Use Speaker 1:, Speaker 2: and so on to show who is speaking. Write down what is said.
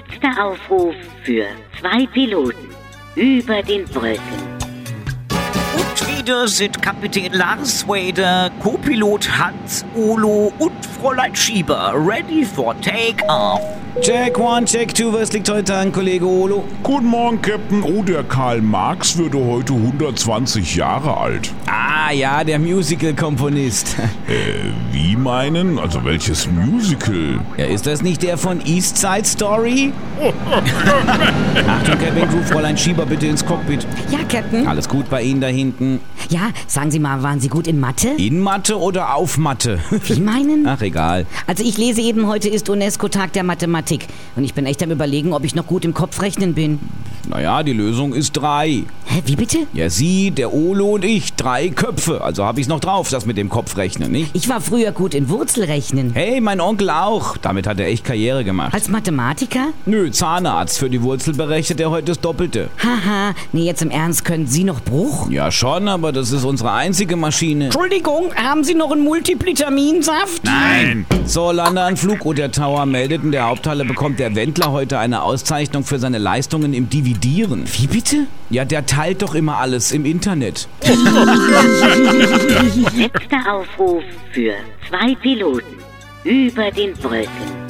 Speaker 1: Spendenaufruf für zwei Piloten über den Wolken.
Speaker 2: Und wieder sind Kapitän Lars Wader, Co-Pilot Hans Olo und Fräulein Schieber ready for Take-Off.
Speaker 3: Check one, check two, was liegt heute an, Kollege Olo?
Speaker 4: Guten Morgen, Captain. Oh, der Karl Marx würde heute 120 Jahre alt.
Speaker 3: Ah ja, der Musical-Komponist.
Speaker 4: Äh, wie meinen? Also welches Musical?
Speaker 3: Ja, ist das nicht der von East Side Story? Achtung, Cabin Crew, Fräulein Schieber, bitte ins Cockpit.
Speaker 5: Ja, Captain.
Speaker 3: Alles gut bei Ihnen da hinten?
Speaker 5: Ja, sagen Sie mal, waren Sie gut in Mathe?
Speaker 3: In Mathe oder auf Mathe?
Speaker 5: Wie meinen?
Speaker 3: Ach, egal.
Speaker 5: Also ich lese eben, heute ist UNESCO-Tag der Mathematik. Und ich bin echt am überlegen, ob ich noch gut im Kopf rechnen bin.
Speaker 3: Naja, die Lösung ist drei.
Speaker 5: Hä, wie bitte?
Speaker 3: Ja, Sie, der Olo und ich, drei Köpfe. Also habe ich's noch drauf, das mit dem Kopfrechnen, nicht?
Speaker 5: Ich war früher gut in Wurzelrechnen.
Speaker 3: Hey, mein Onkel auch. Damit hat er echt Karriere gemacht.
Speaker 5: Als Mathematiker?
Speaker 3: Nö, Zahnarzt. Für die Wurzel berechnet er heute das Doppelte.
Speaker 5: Haha, nee, jetzt im Ernst, können Sie noch Bruch?
Speaker 3: Ja, schon, aber das ist unsere einzige Maschine.
Speaker 5: Entschuldigung, haben Sie noch einen Multiplitaminsaft?
Speaker 4: Nein.
Speaker 3: So, Landeanflug. Und der Tower meldet, in der Haupthalle bekommt der Wendler heute eine Auszeichnung für seine Leistungen im Dividieren.
Speaker 5: Wie bitte?
Speaker 3: Ja, der teilt doch immer alles im Internet.
Speaker 1: Letzter Aufruf für zwei Piloten über den Wolken.